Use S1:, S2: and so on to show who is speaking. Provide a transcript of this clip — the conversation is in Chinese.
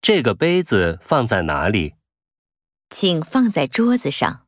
S1: 这个杯子放在哪里？
S2: 请放在桌子上。